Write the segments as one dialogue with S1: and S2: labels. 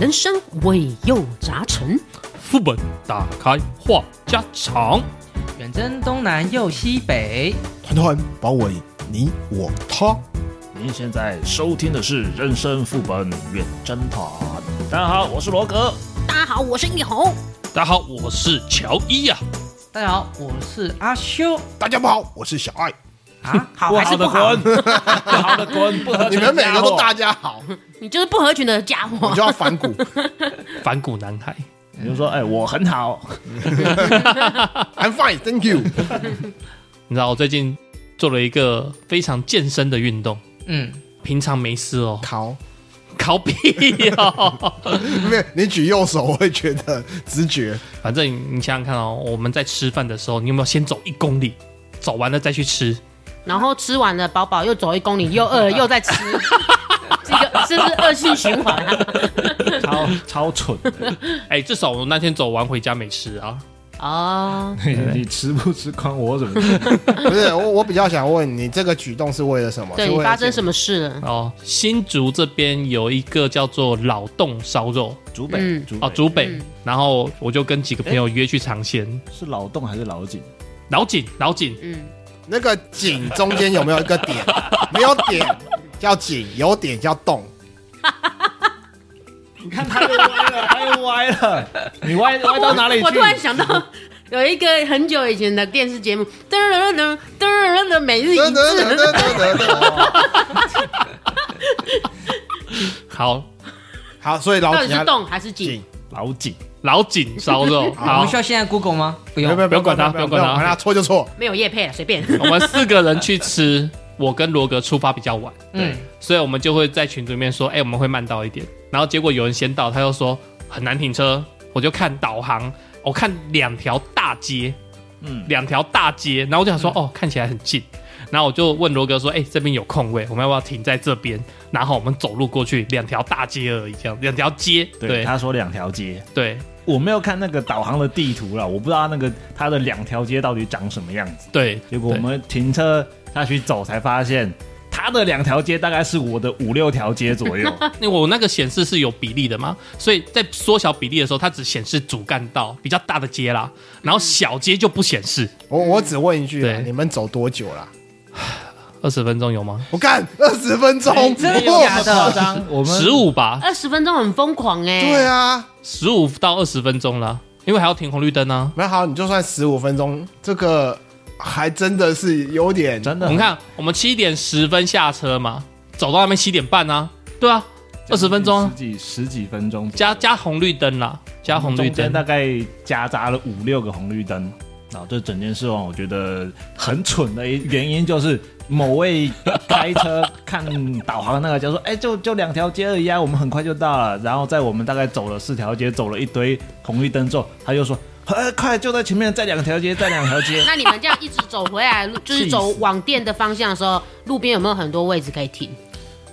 S1: 人生尾又杂陈，
S2: 副本打开话家常，
S3: 远征东南又西北，
S4: 团团包围你我他。
S5: 您现在收听的是《人生副本远征团》。大家好，我是罗格。
S1: 大家好，我是一红。
S2: 大家好，我是乔伊啊呀、
S3: 大家好，我是阿修
S4: 大家不好，我是小爱。
S3: 啊，
S1: 好还是不好？
S5: 滚，不好 的滚，不合
S4: 你
S5: 群
S4: 们每个都
S5: 家伙
S4: 大，家好，
S1: 你就是不合群的家伙
S4: 我就。要反骨。
S2: 反骨男孩。
S5: 你就说，哎，我很好。
S4: I'm fine, thank you。
S2: 你知道我最近做了一个非常健身的运动，
S3: 嗯，
S2: 平常没事哦，
S4: 好，
S2: 考屁哦。
S4: 没有你举右手，我会觉得直觉。
S2: 反正你想想看哦，我们在吃饭的时候，你有没有先走一公里，走完了再去吃？
S1: 然后吃完了饱饱，又走一公里，又饿，又再吃，这个这是恶性循环啊！
S5: 超超蠢的，
S2: 哎，至少我那天走完回家没吃啊。
S1: 哦，
S5: 你吃不吃光我怎么 知道？
S4: 不是我，我比较想问你，这个举动是为了什么？
S1: 对
S4: 是
S1: 你
S4: 为了
S1: 发生
S4: 健
S1: 什么事了？
S2: 哦，新竹这边有一个叫做老洞烧肉
S5: 竹北
S1: 嗯，
S2: 哦，竹
S5: 竹
S2: 北，
S1: 嗯
S2: 然后我就跟几个朋友约去尝鲜。
S5: 是老洞还是老井？
S2: 老井，老井，
S1: 嗯，
S4: 那个井中间有没有一个点？没有点叫井，有点叫洞。
S5: 你看他又歪了，他又歪了，你歪歪到哪 里
S1: 我
S5: 去
S1: 突？然想到有一个很久以前的电视节目，噔噔噔噔噔噔，每日一
S4: 得得得
S1: 字，
S4: 得得得
S2: 好，
S4: 好，所以老
S1: 到底
S4: 井
S1: 是
S4: 要
S1: 洞还是井？
S4: 井，
S5: 老井，
S2: 老井烧肉。
S3: 我
S2: 好
S3: 们需，要现在 Google 吗？不
S4: 没
S3: 用
S4: 有没，有
S2: 不要管他
S4: 不要
S2: 不要管他
S4: 他错就错。
S1: 没有叶配了，啊随便。
S2: 我们四个人去吃，我跟罗格出发比较晚，
S3: 嗯，
S2: 所以我们就会在群组里面说，哎、我们会慢到一点。然后结果有人先到，他又说很难停车，我就看导航，我看两条大街，
S5: 嗯，
S2: 两条大街，然后我就想说，哦，看起来很近。然后我就问罗格说：“哎、这边有空位，我们要不要停在这边？然后我们走路过去，两条大街而已，这样两条街。
S5: 对，
S2: 对
S5: 他说两条街。
S2: 对
S5: 我没有看那个导航的地图啦，我不知道那个它的两条街到底长什么样子。
S2: 对，
S5: 结果我们停车下去走，才发现它的两条街大概是我的五六条街左右。
S2: 因为我那个显示是有比例的嘛，所以在缩小比例的时候，它只显示主干道比较大的街啦，然后小街就不显示。
S4: 我我只问一句啊，
S2: 对
S4: 你们走多久啦？
S2: 二十分钟有吗？
S4: 我干二十分钟，
S3: 真的有假
S5: 夸
S3: 的？
S5: 张，我们
S2: 十五吧，
S1: 二十分钟很疯狂哎、
S4: 对，啊，
S2: 十五到二十分钟啦，因为还要停红绿灯啊。
S4: 那好，你就算十五分钟，这个还真的是有点
S5: 真
S2: 我
S5: 的
S2: 们看，我们七点十分下车嘛，走到那边七点半啊，对啊，二十分钟啊
S5: 十几十几分钟左右
S2: 加加红绿灯啦，加红绿
S5: 中间
S2: 灯。
S5: 大概夹杂了五六个红绿灯。然后这整件事哦让我觉得很蠢的一原因就是，某位开车看导航那个就说：“哎，就就两条街而已啊，我们很快就到了。”然后在我们大概走了四条街，走了一堆红绿灯之后，他就说：“哎，快，就在前面，再两条街，再两条 街。
S1: 那你们这样一直走回来，路就是走往店的方向的时候，路边有没有很多位置可以停？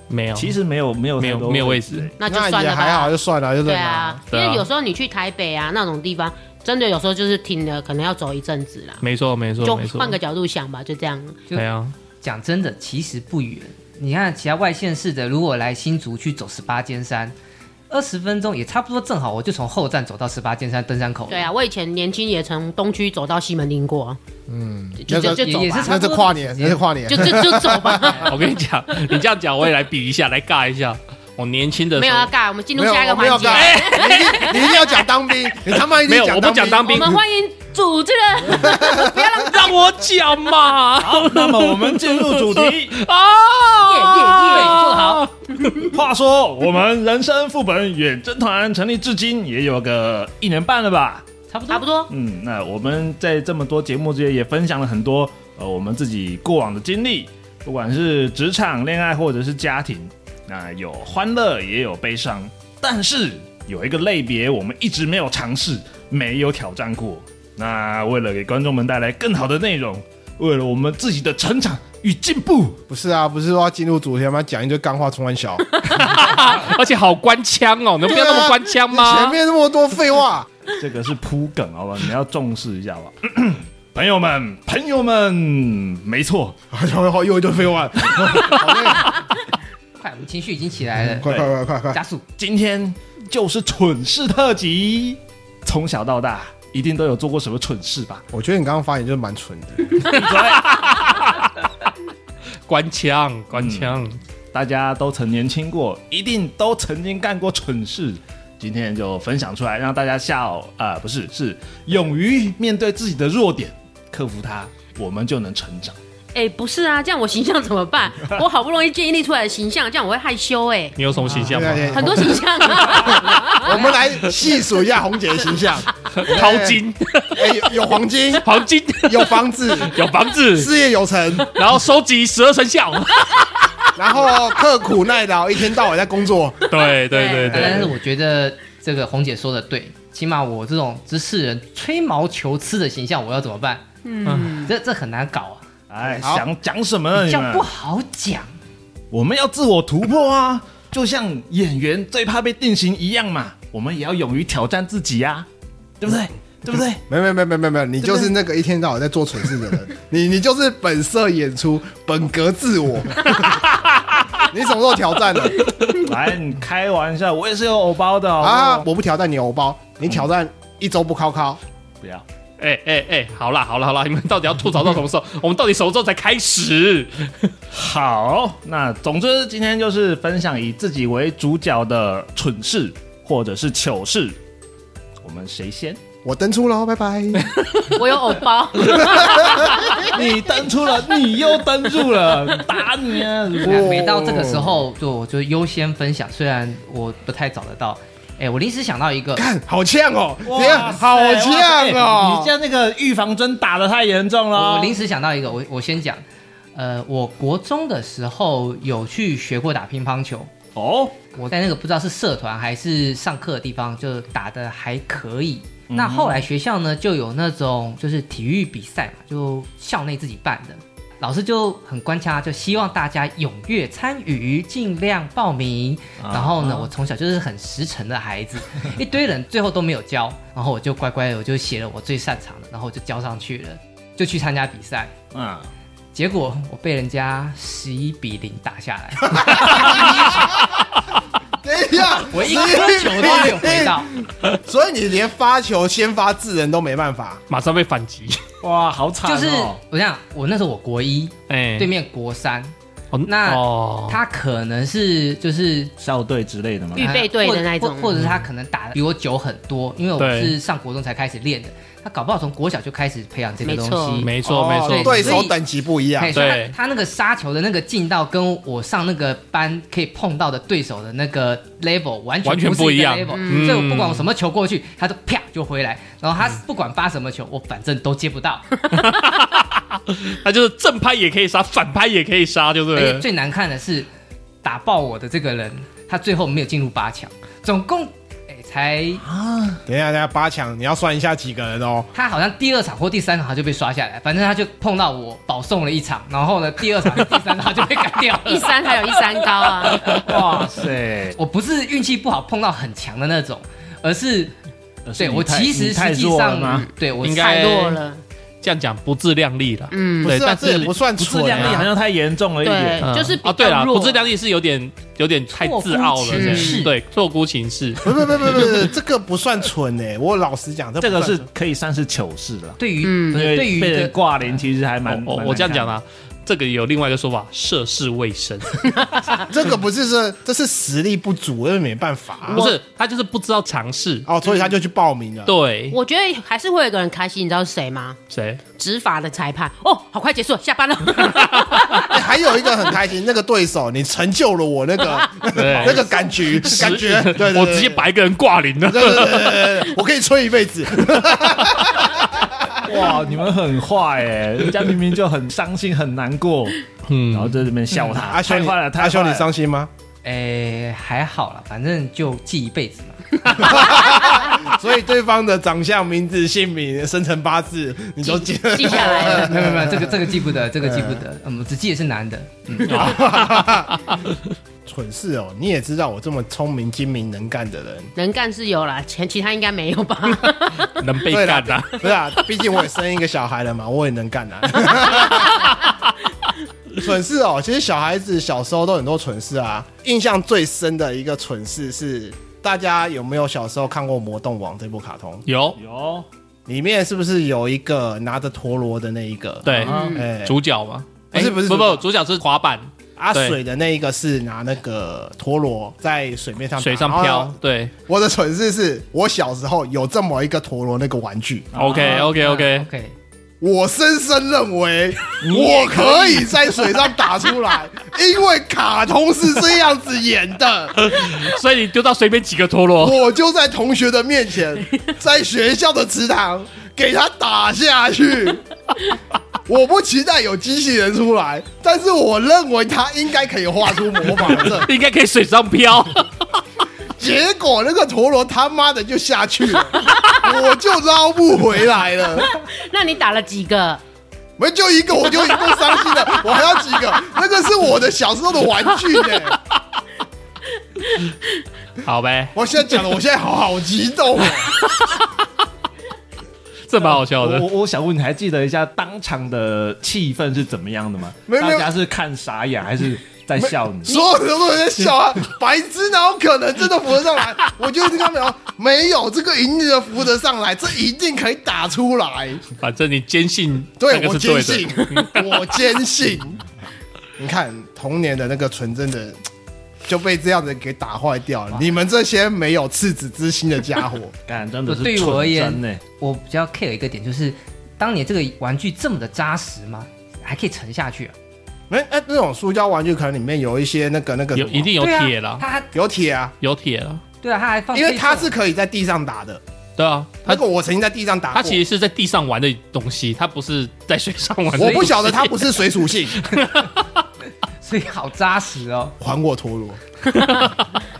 S2: 没有，”
S5: 其实没有没有
S2: 没
S5: 太
S2: 有
S5: 多
S2: 没有位
S5: 哎
S2: 置，
S1: 那就
S4: 那
S1: 算
S4: 也
S1: 了吧。
S4: 还好，就算了，就
S1: 对
S4: 算了。
S1: 啊，因
S2: 对啊
S1: 为有时候你去台北啊那种地方，真的有时候就是停了，可能要走一阵子啦。
S2: 没错没
S1: 就
S2: 错没错哎
S1: 换，个角度想吧，就这样。
S4: 哦
S3: 就
S2: 没有。
S3: 讲真的，其实不远。你看其他外县市的，如果来新竹去走十八尖山，二十分钟也差不多，正好我就从后站走到十八尖山登山口了。
S1: 对啊，我以前年轻也从东区走到西门町 过啊，嗯，就就
S4: 那个
S1: 就
S3: 也
S1: 走
S3: 也是
S1: 吧，
S3: 差
S4: 那
S3: 不
S4: 是
S3: 多嗯
S4: 跨年，那是跨年
S1: 就。就就走 吧，
S2: 我跟你讲， 你这样讲我也来比一下，来尬一下。我年轻的
S1: 没
S2: 时
S1: 有啊
S2: 候
S1: 要尬，我们进入
S4: 没有，
S1: 下一个
S4: 我没
S1: 环
S4: 有
S1: 节。哎
S4: 干。你一定你一定要讲当兵，你他妈一
S2: 没
S4: 定
S2: 有，我不讲当
S1: 我
S2: 兵，
S1: 们欢迎主持人，
S4: 哎
S2: 让我讲嘛。
S5: 那么我们进入主题。
S2: 啊，
S1: 耶耶耶
S2: 做好。
S5: 话说，我们人生副本远征团成立至今也有个一年半了吧？
S3: 差不多，
S1: 差不多，
S5: 嗯，那我们在这么多节目之间也分享了很多呃我们自己过往的经历，不管是职场、恋爱或者是家庭，那有欢乐也有悲伤，但是有一个类别我们一直没有尝试，没有挑战过。那为了给观众们带来更好的内容，为了我们自己的成长与进步，
S4: 不是啊，不是说要进入主题吗？讲一堆干话，冲完小。
S2: 而且好 官腔哦，能不要那么官腔
S4: 你前
S2: 吗？
S4: 面那么多废话，
S5: 这个是铺梗，好吧？你们要重视一下吧。 朋友们，朋友们，没错，
S4: 然后又一堆废话。好累
S3: 快，我们情绪已经起来了，
S4: 嗯快快快快快！
S3: 加速。
S5: 今天就是蠢事特辑。从小到大，一定都有做过什么蠢事吧？
S4: 我觉得你刚刚发言就是蛮蠢的。
S2: 官腔，官腔，
S5: 大家都曾年轻过，一定都曾经干过蠢事。今天就分享出来，让大家笑啊、呃不是，是勇于面对自己的弱点，克服它，我们就能成长。
S1: 哎、不是啊，这样我形象怎么办？我好不容易建立出来的形象，这样我会害羞哎、
S2: 你有什么形象吗？
S1: 很多形象 啊，
S4: 我们来细数一下红姐的形象：
S2: 淘金，
S4: 哎，有有黄金，
S2: 黄金，
S4: 有房子，
S2: 有房子，
S4: 事业有成，
S2: 然后收集十二生肖。
S4: 然后刻苦耐劳，一天到晚在工作。
S2: 对对对
S1: 对
S3: 但是
S2: 对，
S3: 我觉得这个红姐说的对，起码我这种知识人吹毛求疵的形象，我要怎么办？
S1: 嗯，
S3: 这这很难搞啊，
S5: 哎，
S4: 好
S5: 想讲什么呢？
S3: 比
S5: 你
S3: 较
S5: 们
S3: 不好讲。
S5: 我们要自我突破啊！就像演员最怕被定型一样嘛，我们也要勇于挑战自己呀、啊，对不对？对不对？
S4: 没有没有没有没有没有没有，你就是那个一天到晚在做蠢事的 人，你你就是本色演出，本格自我。 你什么时候挑战了啊
S5: 来，你开玩笑，我也是有偶包的好不好
S4: 啊？我不挑战你偶包，你挑战一周不靠靠。
S5: 不要，
S2: 哎哎哎，好啦好啦好啦，你们到底要吐槽到什么时候？我们到底什么时候才开始？
S5: 好，那总之今天就是分享以自己为主角的蠢事或者是糗事，我们 谁先？
S4: 我登出喽，拜拜。
S1: 我有偶包，
S5: 你登出了，你又登入了，打你啊！
S4: 哦
S3: 每到这个时候，就我就优先分享，虽然我不太找得到。哎，我临时想到一个，
S4: 看，好呛哦，
S5: 哇
S4: 等一下好
S5: 塞哇
S4: 呛
S5: 塞你
S4: 哦。
S5: 这那个预防针打的太严重
S3: 我
S5: 了。
S3: 临时想到一个，我我先讲。呃，我国中的时候有去学过打乒乓球，
S5: 哦，
S3: 我在那个不知道是社团还是上课的地方，就打的还可以。那后来学校呢，就有那种就是体育比赛嘛，就校内自己办的，老师就很关腔，啊就希望大家踊跃参与，尽量报名。然后呢，我从小就是很实诚的孩子，一堆人最后都没有交，然后我就乖乖的，我就写了我最擅长的，然后我就交上去了，就去参加比赛。
S5: 嗯，
S3: 结果我被人家十一比零打下来。
S4: 等一下，
S3: 我一颗球都没有回到，
S4: 所以你连发球先发制人都没办法。
S2: 马上被反击。
S5: 哇，好惨、哦！
S3: 就是我想，我那时候我国一，
S2: 哎，
S3: 对面国三，
S2: 哦
S3: 那
S2: 哦
S3: 他可能是就是呃
S5: 校队之类的吗？
S1: 预备队的那一种
S3: 或或或者是他可能打的比我久很多，因为我
S2: 对
S3: 是上国中才开始练的，他搞不好从国小就开始培养这个
S1: 没
S3: 东
S1: 错
S3: 西。
S2: 嗯没错
S4: 哦
S2: 没错，
S4: 对
S3: 所
S4: 手
S3: 以
S4: 等级不一样
S3: 嘿。所以
S2: 对
S3: 他他那个杀球的那个劲道，跟我上那个班可以碰到的对手的那个 level 完全
S2: 完全
S3: 不是
S2: 不一
S3: 个
S2: 样
S3: level，、
S2: 嗯
S3: 所以我不管我什么球过去，他都啪就回来，然后他不管发什么球，我反正都接不到。
S2: 他就是正拍也可以杀，反拍也可以杀，就
S3: 而且
S2: 是
S3: 最难看的是，打爆我的这个人，他最后没有进入八强，总共哎、才
S4: 等一下，等一下，八强你要算一下几个人哦。
S3: 他好像第二场或第三场他就被刷下来，反正他就碰到我保送了一场，然后呢第二场、第三场他就被干掉
S1: 一
S3: 了。
S1: 三还有一三高啊，
S5: 哇塞！
S3: 我不是运气不好碰到很强的那种，而是对我其实
S5: 呃你太
S3: 实际
S5: 弱了
S3: 上
S5: 吗？
S3: 对我
S2: 应该
S1: 太弱了，
S2: 这样讲不自量力了。
S1: 嗯
S4: 不，是
S2: 对
S4: 啊，
S2: 但
S4: 这
S2: 是
S4: 也不算
S5: 不自
S4: 蠢
S5: 量力好
S4: 啊。
S5: 像太严重了一
S1: 对
S5: 点。
S2: 嗯
S1: 就是比较
S2: 啊，对啦，
S1: 弱
S2: 不自量力是有点有点太自傲了
S3: 错估情势，
S2: 对，错估情势。
S4: 不不不不不不，这个不算蠢哎！我老实讲，这
S5: 这
S4: 不
S5: 个
S4: 算
S5: 是
S4: 蠢
S5: 可以算是糗事了，
S3: 对于、
S1: 嗯
S3: 不是对于
S5: 被
S3: 一个
S5: 人挂零其实还蛮……
S2: 哦，
S5: 蛮
S2: 我这样
S5: 难
S2: 讲
S5: 看
S4: 啊
S2: 啦，这个有另外一个说法，涉世未深，
S4: 这个不是是这是实力不足，因为没办法啊。
S2: 不是他就是不知道尝试。
S4: 哦，所以他就去报名了。
S2: 对，
S1: 我觉得还是会有一个人开心，你知道是谁吗？
S2: 谁？
S1: 执法的裁判哦，好快结束了，下班了。
S4: 哎还有一个很开心，那个对手你成就了我那个
S2: 对
S4: 那个感觉感觉，对对对
S2: 我直接把一个人挂零了。
S4: 对对对对对对，我可以吹一辈子。
S5: 哇，你们很坏哎！人家明明就很伤心、很难过，
S2: 嗯
S5: 然后在这边笑他，
S4: 嗯阿修
S5: 太
S4: 你
S5: 坏了，太
S4: 阿修
S5: 坏
S4: 你
S5: 了！
S4: 伤心吗？
S3: 哎还好了，反正就记一辈子 嘛。
S4: 所以对方的长相、名字、姓名、生辰八字，你都记得。
S1: 记下来了。
S3: 没有没有没有，这个这个记不得，这个记不得，嗯，我只记得是男的。
S4: 蠢事哦，你也知道我这么聪明、精明、能干的人，
S1: 能干是有啦，前其他应该没有吧？
S2: 能被
S4: 对啦
S2: 干的。
S4: 不是啊，毕竟我也生一个小孩了嘛，我也能干啊。 蠢事哦，其实小孩子小时候都很多蠢事啊。印象最深的一个蠢事是大家有没有小时候看过《魔动王》这部卡通？
S2: 有
S5: 有
S4: 里面是不是有一个拿着陀螺的那一个？
S2: 对
S1: 嗯，
S4: 哎，
S2: 主角嘛？
S4: 不是
S2: 哎
S4: 不是
S2: 不
S4: 主角
S2: 不，主角是滑板，
S4: 阿
S2: 对
S4: 水的那一个是拿那个陀螺在水面上打
S2: 水上。
S4: 然
S2: 漂
S4: 后，
S2: 对
S4: 我的蠢事是我小时候有这么一个陀螺那个玩具，
S2: ，OK
S4: 啊
S2: OK OK，
S3: OK，
S4: 我深深认为
S5: 你也
S4: 我可以在水上打出来，因为卡通是这样子演的。
S2: 所以你丢到随便几个陀螺，
S4: 我就在同学的面前，在学校的池塘给他打下去。我不期待有机器人出来，但是我认为他应该可以画出魔法阵。
S2: 应该可以水上漂。
S4: 结果那个陀螺他妈的就下去了，我就捞不回来了。
S1: 那你打了几个？
S4: 没就一个，我就已经够伤心了，我还要几个？那个是我的小时候的玩具呢、
S2: 好呗，
S4: 我现在讲的，我现在好好激 动哦。
S2: 这蛮好笑
S5: 我
S2: 的
S5: 我。我想问，你还记得一下当场的气氛是怎么样的吗？
S4: 没有没
S5: 大
S4: 有
S5: 家是看傻眼还是在笑你？
S4: 所有人都在笑啊，白痴哪有可能真的浮得上来？我就一直跟他们讲，没有这个一定的浮得上来，这一定可以打出来。
S2: 反正你坚信那
S4: 对
S2: 个
S4: 我
S2: 是
S4: 坚
S2: 对
S4: 信
S2: 的，，
S4: 我坚信。你看童年的那个纯真的就被这样子给打坏掉了。你们这些没有赤子之心的家 伙，
S5: 干真的是
S3: 对我而言
S5: 纯真呢，
S3: 我比较 care 一个点就是，当你这个玩具这么的扎实吗？还可以沉下去啊？
S4: 哎哎，那种塑胶玩具可能里面有一些那个那个
S2: 有
S4: 什么
S2: 一定有
S3: 对啊
S2: 铁啦，
S3: 它还
S4: 有铁啊，
S2: 有铁啦，
S3: 对啊，它还放
S4: 因
S3: 这种，
S4: 为它是可以在地上打的。
S2: 对啊，
S4: 那
S2: 它
S4: 个我曾经在地上打过，
S2: 它其实是在地上玩的东西，它不是在水上玩的东
S4: 我
S2: 西。
S4: 不晓得它不是水属性，
S3: 所以好扎实哦，
S4: 还我陀 螺，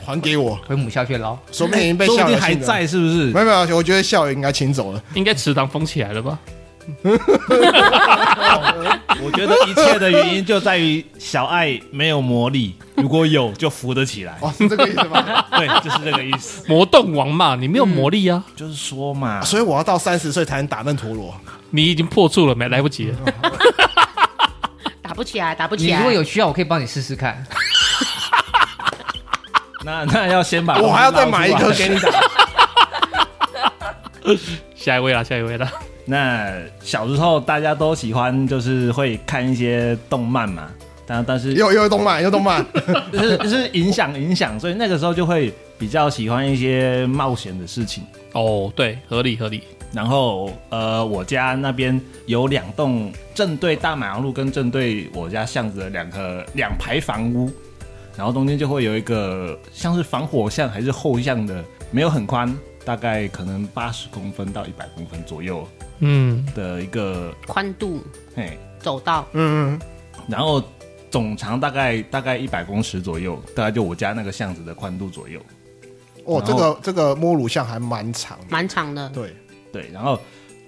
S4: 还给我，
S3: 回母校去捞。
S4: 说不定被
S5: 说
S4: 校
S5: 不
S4: 友
S5: 定还
S4: 清走
S5: 在，。是不是
S4: 没？有没有，我觉得校友应该清走 了。
S2: 应该池塘封起来了吧？
S5: 我觉得一切的原因就在于小爱没有魔力，如果有就扶 得起来。
S4: 哦，是这个意思吗？
S5: 对，就是这个意思。
S2: 魔动王嘛，你没有魔力啊，
S5: 就是说嘛，
S4: 所以我要到三十岁才能打那 陀螺。
S2: 你已经破处了，没来不及了。
S4: 嗯
S1: 打不起来，打不起
S3: 你
S4: 啊
S1: 来。
S3: 如果有需要，我可以帮你试试看。
S4: 嗯
S5: 那那要先把
S4: 我还要再买一颗
S5: 个
S4: 给你打。
S2: 啊下一位啦，下一位啦。
S5: 那小时候大家都喜欢，就是会看一些动漫嘛，但但是
S4: 又又动漫，又 动漫，
S5: 就是就是影响影响，所以那个时候就会比较喜欢一些冒险的事情。
S2: 哦，对，合理合理。
S5: 然后呃，我家那边有两栋正对大马路跟正对我家巷子的两个两排房屋，然后中间就会有一个像是防火巷还是后巷的，没有很宽，大概可能八十公分到一百公分左右
S2: 嗯，
S5: 的一个
S1: 宽度
S5: 嘿，
S1: 走道，
S4: 嗯，
S5: 然后总长大概大概一百公尺左右，大概就我家那个巷子的宽度左右。
S4: 哦，这
S5: 然后
S4: 个这个摸乳像还蛮长的，
S1: 蛮长的。
S4: 对，
S5: 对，然后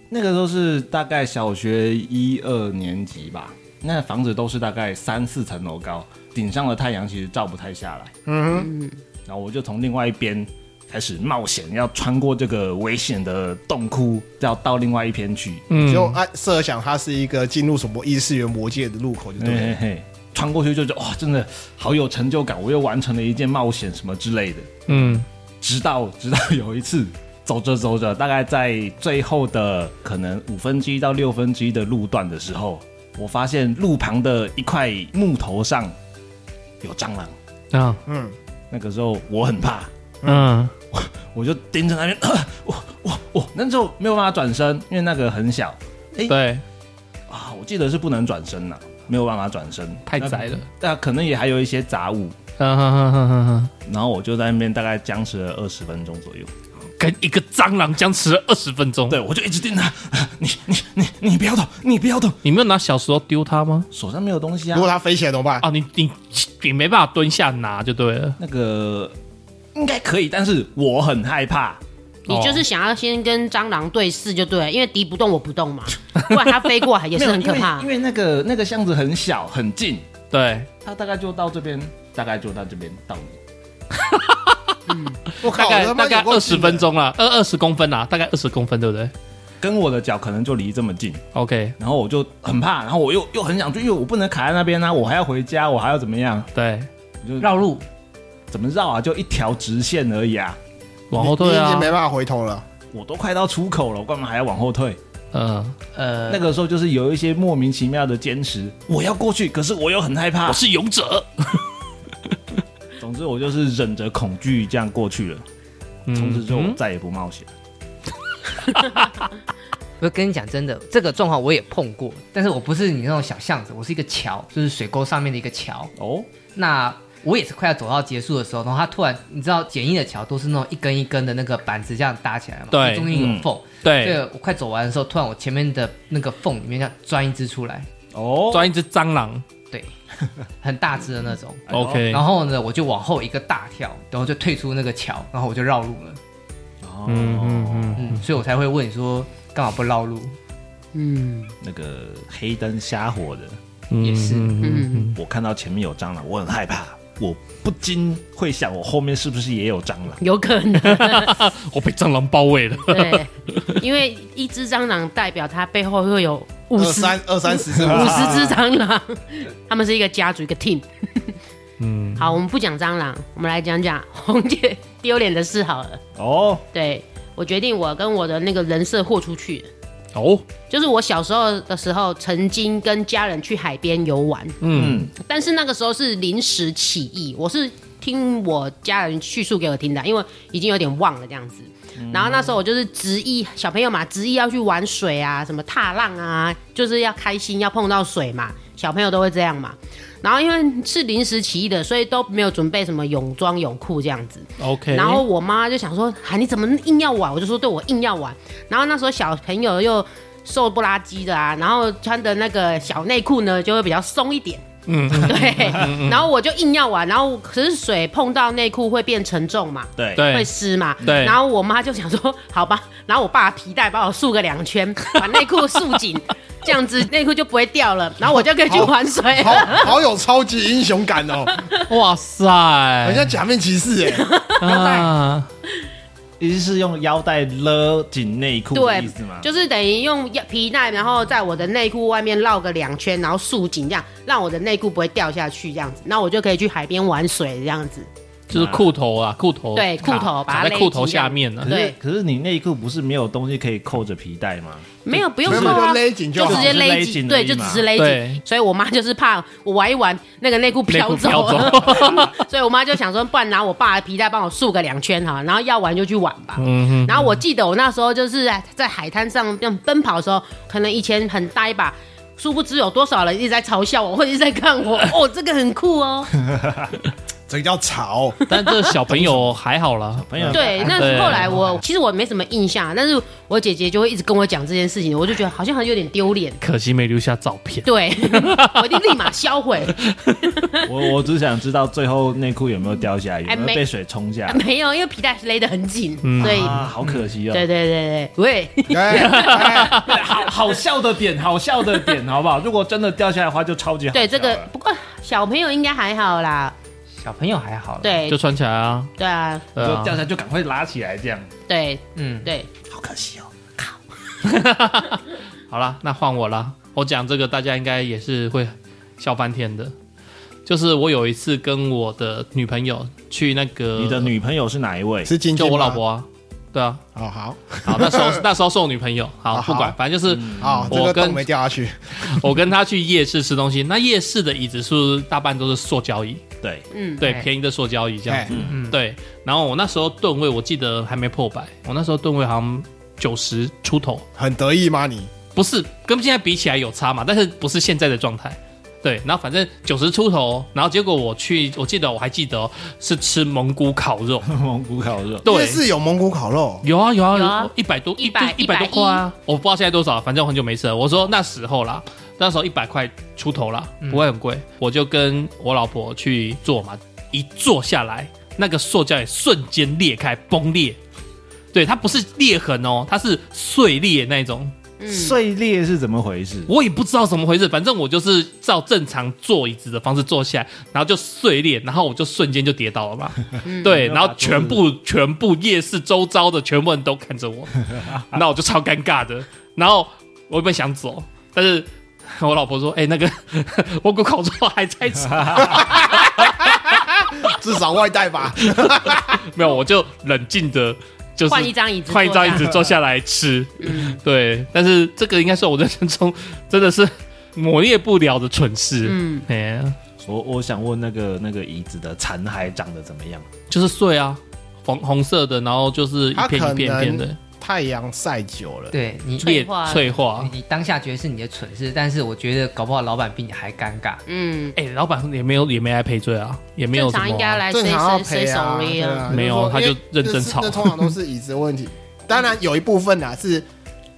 S5: 那个时候是大概小学一二年级吧，那房子都是大概三四层楼高，顶上的太阳其实照不太下来。
S4: 嗯
S1: 嗯，
S5: 然后我就从另外一边开始冒险，要穿过这个危险的洞窟，要到另外一边去。
S4: 哼，就
S2: 嗯，
S4: 按设想它是一个进入什么异世元魔界的入口，就
S5: 嘿
S4: 对
S5: 嘿
S2: 嗯
S4: 了。
S5: 嘿，穿过去就觉得哇，真的好有成就感，我又完成了一件冒险什么之类的。
S2: 嗯，
S5: 直到直到有一次走着走着，大概在最后的可能五分之一到六分之一的路段的时候，我发现路旁的一块木头上有蟑螂。
S2: 啊，
S4: 嗯，
S5: 那个时候我很怕，
S2: 嗯，
S5: 我就盯着那边， 我我我，那时候没有办法转身，因为那个很小
S2: 对，
S5: 啊，我记得是不能转身呐、没有办法转身，
S2: 太窄了。
S5: 那。那可能也还有一些杂物，
S2: 嗯哼哼哼哼哼，
S5: 然后我就在那边大概僵持了二十分钟左右。
S2: 跟一个蟑螂僵持了二十分钟。
S5: 对，我就一直盯着它，你你你你不要动，你不要动，
S2: 你没有拿小石头丢它吗？
S5: 手上没有东西啊
S4: 如。果它飞起来怎么办？
S2: 啊，你你你没办法蹲下拿就对了。
S5: 那个应该可以，但是我很害怕。
S1: 你就是想要先跟蟑螂对视就对了，因为敌不动我不动嘛，不然它飞过来也是很可 怕
S5: 因为因。为那个那个巷子很小很近，
S2: 对，
S5: 它大概就到这边，大概就到这边到你。
S4: 我
S2: 大
S4: 靠，
S2: 概
S4: 他妈
S2: 大
S4: 有
S2: 概
S4: 够
S2: 二
S4: 近
S2: 十
S4: 的
S2: 分，钟啦，二二十公分啦，大概二十公分，对不对
S5: 跟我的脚可能就离这么近，
S2: ？OK，
S5: 然后我就很怕，然后我又又很想追，因为我不能卡在那边啊，我还要回家，我还要怎么样？
S2: 对，
S5: 我就
S3: 绕路，
S5: 怎么绕啊？就一条直线而已啊！
S2: 往后
S4: 你
S2: 退
S4: 你已
S2: 啊
S4: 经，没办法回头了。
S5: 我都快到出口了，我干嘛还要往后退？
S2: 嗯，
S3: 呃，
S5: 那个时候就是有一些莫名其妙的坚持，我要过去，可是我又很害怕
S2: 我。是勇者，
S5: 总之，我就是忍着恐惧这样过去了。从此之后，我
S2: 嗯
S5: 再也不冒险。
S3: 我跟你讲真的，这个状况我也碰过，但是我不是你那种小巷子，我是一个桥，就是水沟上面的一个桥。
S5: 哦，
S3: 那我也是快要走到结束的时候，然后它突然，你知道简易的桥都是那种一根一根的那个板子这样搭起来嘛，
S2: 对嗯
S3: 中间有缝。对
S5: 哎
S2: 对，，
S3: 我快走完的时候，突然我前面的那个缝里面这样钻一只出来，
S5: 哦
S2: 抓一只蟑螂
S3: 对，很大只的那种。
S5: 哎呦
S2: ，OK，
S3: 然后呢，我就往后一个大跳，然后就退出那个桥，然后我就绕路了。
S5: 哦
S2: 嗯嗯嗯，
S3: 嗯，所以我才会问你说干嘛不绕路？
S1: 嗯
S5: 那个黑灯瞎火的，
S2: 嗯
S3: 也是
S2: 嗯嗯嗯
S1: 嗯，
S5: 我看到前面有蟑螂，我很害怕，我不禁会想，我后面是不是也有蟑螂？
S1: 有可能
S2: 我被蟑螂包围了，
S1: 对，因为一只蟑螂代表它背后会有五
S4: 二
S1: 十
S4: 三二三十是
S1: 五
S4: 吧？
S1: 十只蟑螂，他们是一个家族一个 team。
S2: 嗯，
S1: 好，我们不讲蟑螂，我们来讲讲红姐丢脸的事好了。
S5: 哦，
S1: 对我决定，我跟我的那个人设豁出去了，
S2: 哦，
S1: 就是我小时候的时候，曾经跟家人去海边游玩，
S2: 嗯，
S5: 嗯，
S1: 但是那个时候是临时起意，我是听我家人叙述给我听的，因为已经有点忘了这样子。然后那时候我就是执意小朋友嘛，执意要去玩水啊，什么踏浪啊，就是要开心，要碰到水嘛，小朋友都会这样嘛。然后因为是临时起意的，所以都没有准备什么泳装、泳裤这样子。
S2: OK，
S1: 然后我妈就想说：“啊，你怎么硬要玩？”我就说：“对，我硬要玩。”然后那时候小朋友又瘦不拉几的啊，然后穿的那个小内裤呢就会比较松一点。嗯， 对。然后我就硬要玩，然后可是水碰到内裤会变沉重嘛，
S5: 对，
S1: 会
S2: 对
S1: 湿嘛。
S2: 对
S1: 然后我妈就想说：“好吧。”然后我爸皮带把我束个两圈，把内裤束紧，这样子内裤就不会掉了。然后我就可以去玩水了。
S4: 好好有超级英雄感哦，
S2: 哇塞，哎
S4: 很像假面骑士哎。
S2: 啊，
S5: 意思是用腰带勒紧内裤的
S1: 对
S5: 意思吗？，
S1: 就是等于用皮带，然后在我的内裤外面绕个两圈，然后束紧，这样让我的内裤不会掉下去，这样子，那我就可以去海边玩水，这样子。
S2: 就是裤头啊，裤头
S1: 对
S2: 卡
S1: 裤头把它
S2: 卡在
S1: 勒
S2: 裤头
S1: 紧这样
S2: 下面呢
S5: 可，是
S1: 对
S5: 可是你内裤不是没有东西可以扣着皮带吗？
S1: 没有，不用
S4: 没有
S1: 扣啊，
S4: 就勒紧就
S1: 就
S4: 好
S1: 直接
S5: 只是勒
S1: 勒
S5: 紧
S1: 紧，
S5: 而已
S1: 对，就只
S5: 嘛
S1: 是勒
S2: 对
S1: 紧。所以我妈就是怕我玩一玩，那个内裤
S2: 内
S1: 飘
S2: 裤
S1: 走
S2: 飘
S1: 了，
S2: 走，
S1: 所以我妈就想说，不然拿我爸的皮带帮我束个两圈哈，然后要玩就去玩吧。
S2: 嗯
S1: 然后我记得我那时候就是在海滩上这样奔跑的时候，可能以前很呆吧，殊不知有多少人一直在嘲笑我，或者一直在看我。哦，这个很酷哦。
S4: 这个 叫潮，
S2: 哼，但这个小朋友还好啦，
S5: 朋友，
S1: 对，那
S2: 对
S1: 后来我其实我没什么印象，但是我姐姐就会一直跟我讲这件事情，我就觉得好像很有点丢脸。
S2: 可惜没留下照片，
S1: 对， 我一定立马销毁。
S5: 我我只想知道最后内裤有没有掉下来，有
S1: 哎
S5: 没有
S1: 没
S5: 被水冲下
S1: 啊
S5: 来？
S1: 没有，因为皮带勒得很紧，
S2: 嗯
S1: 所以
S5: 啊，好可惜哦。
S1: 对对对对，喂，
S4: 哎哎
S5: 好好笑的点，好笑的点，好不好？如果真的掉下来的话，就超级好笑
S1: 对
S5: 啊了
S1: 这个不过小朋友应该还好啦。
S3: 小朋友还好，，
S1: 对
S2: 哦就穿起来啊，
S1: 对啊，
S2: 对
S5: 就
S2: 啊
S5: 掉下来就赶快拉起来，这样
S1: 对
S3: 嗯，
S1: 对，
S5: 好可惜哦。
S2: 好啦，那换我啦。我讲这个，大家应该也是会笑翻天的。就是我有一次跟我的女朋友去那个，
S5: 你的女朋友是哪一位？
S4: 是晶
S2: 就
S4: 晶
S2: 我老
S4: 吗。
S2: 婆啊，对啊。
S4: 哦，好
S2: 好，那时候那时候是我女朋友，好
S4: 啊
S2: 不管，
S4: 好
S2: 反正就是
S4: 好，这
S2: 我
S4: 个
S2: 跟
S4: 洞没掉下去。
S2: 我跟她去夜市吃东西。那夜市的椅子是不是大半都是塑胶椅，
S5: 对，
S1: 嗯，
S2: 对，
S3: 哎
S2: 便宜的塑胶椅这样
S4: 哎
S2: 子。对，然后我那时候吨位我记得还没破百，我那时候吨位好像九十出头，
S4: 很得意吗你？
S2: 不是跟现在比起来有差嘛，但是不是现在的状态。对，然后反正九十出头，然后结果我去，我记得我还记得、哦、是吃蒙古烤肉，
S5: 蒙古烤肉。
S2: 对
S4: 夜，市有蒙古烤肉，
S2: 有啊有啊
S1: 有啊
S2: 有，一百多一
S1: 100
S2: 一百
S1: 110
S2: 多块啊，我不知道现在多少，反正我很久没吃了。我说那时候啦，那时候一百块出头啦，不会很贵。我就跟我老婆去做嘛，一坐下来，那个塑胶也瞬间裂开崩裂，对，它不是裂痕哦，它是碎裂那种，
S1: 嗯
S5: 碎裂是怎么回事？
S2: 我也不知道怎么回事，反正我就是照正常坐椅子的方式坐下来，然后就碎裂，然后我就瞬间就跌倒了嘛。
S1: 嗯
S2: 对，然后全部全部夜市周遭的全部人都看着我，那我就超尴尬的。然后我本想走，但是 我老婆说：“哎、那个我骨烤肉还在吃。”
S4: 至少外带吧。
S2: 没有，我就冷静的，就是
S1: 换一张椅子，
S2: 换一张椅子，坐下来吃。对，但是这个应该是我人生中真的是磨灭不了的蠢事。
S1: 嗯，
S2: 哎呀，
S5: 我我想问那个那个椅子的残骸长得怎么样？
S2: 就是碎啊，红红色的，然后就是一
S4: 它
S2: 片
S4: 可
S2: 一片一片
S4: 能
S2: 的
S4: 太阳晒久了，
S3: 对你
S1: 脆化
S2: 裂脆化。
S3: 你当下觉得是你的蠢事，但是我觉得搞不好老板比你还尴尬。
S1: 嗯，
S2: 哎，老板也没有也没来赔罪啊，也没有
S1: 正
S2: 什么
S1: 常
S2: 啊
S1: 应该来谁
S4: 正常要
S1: 谁谁
S4: 赔
S1: 手
S4: 啊。
S1: 力
S4: 对啊
S1: 啊，
S2: 没有
S4: 就是说
S2: 他就
S4: 因为
S2: 认真吵
S4: 那是那通常都是椅子的问题。当然有一部分啊是，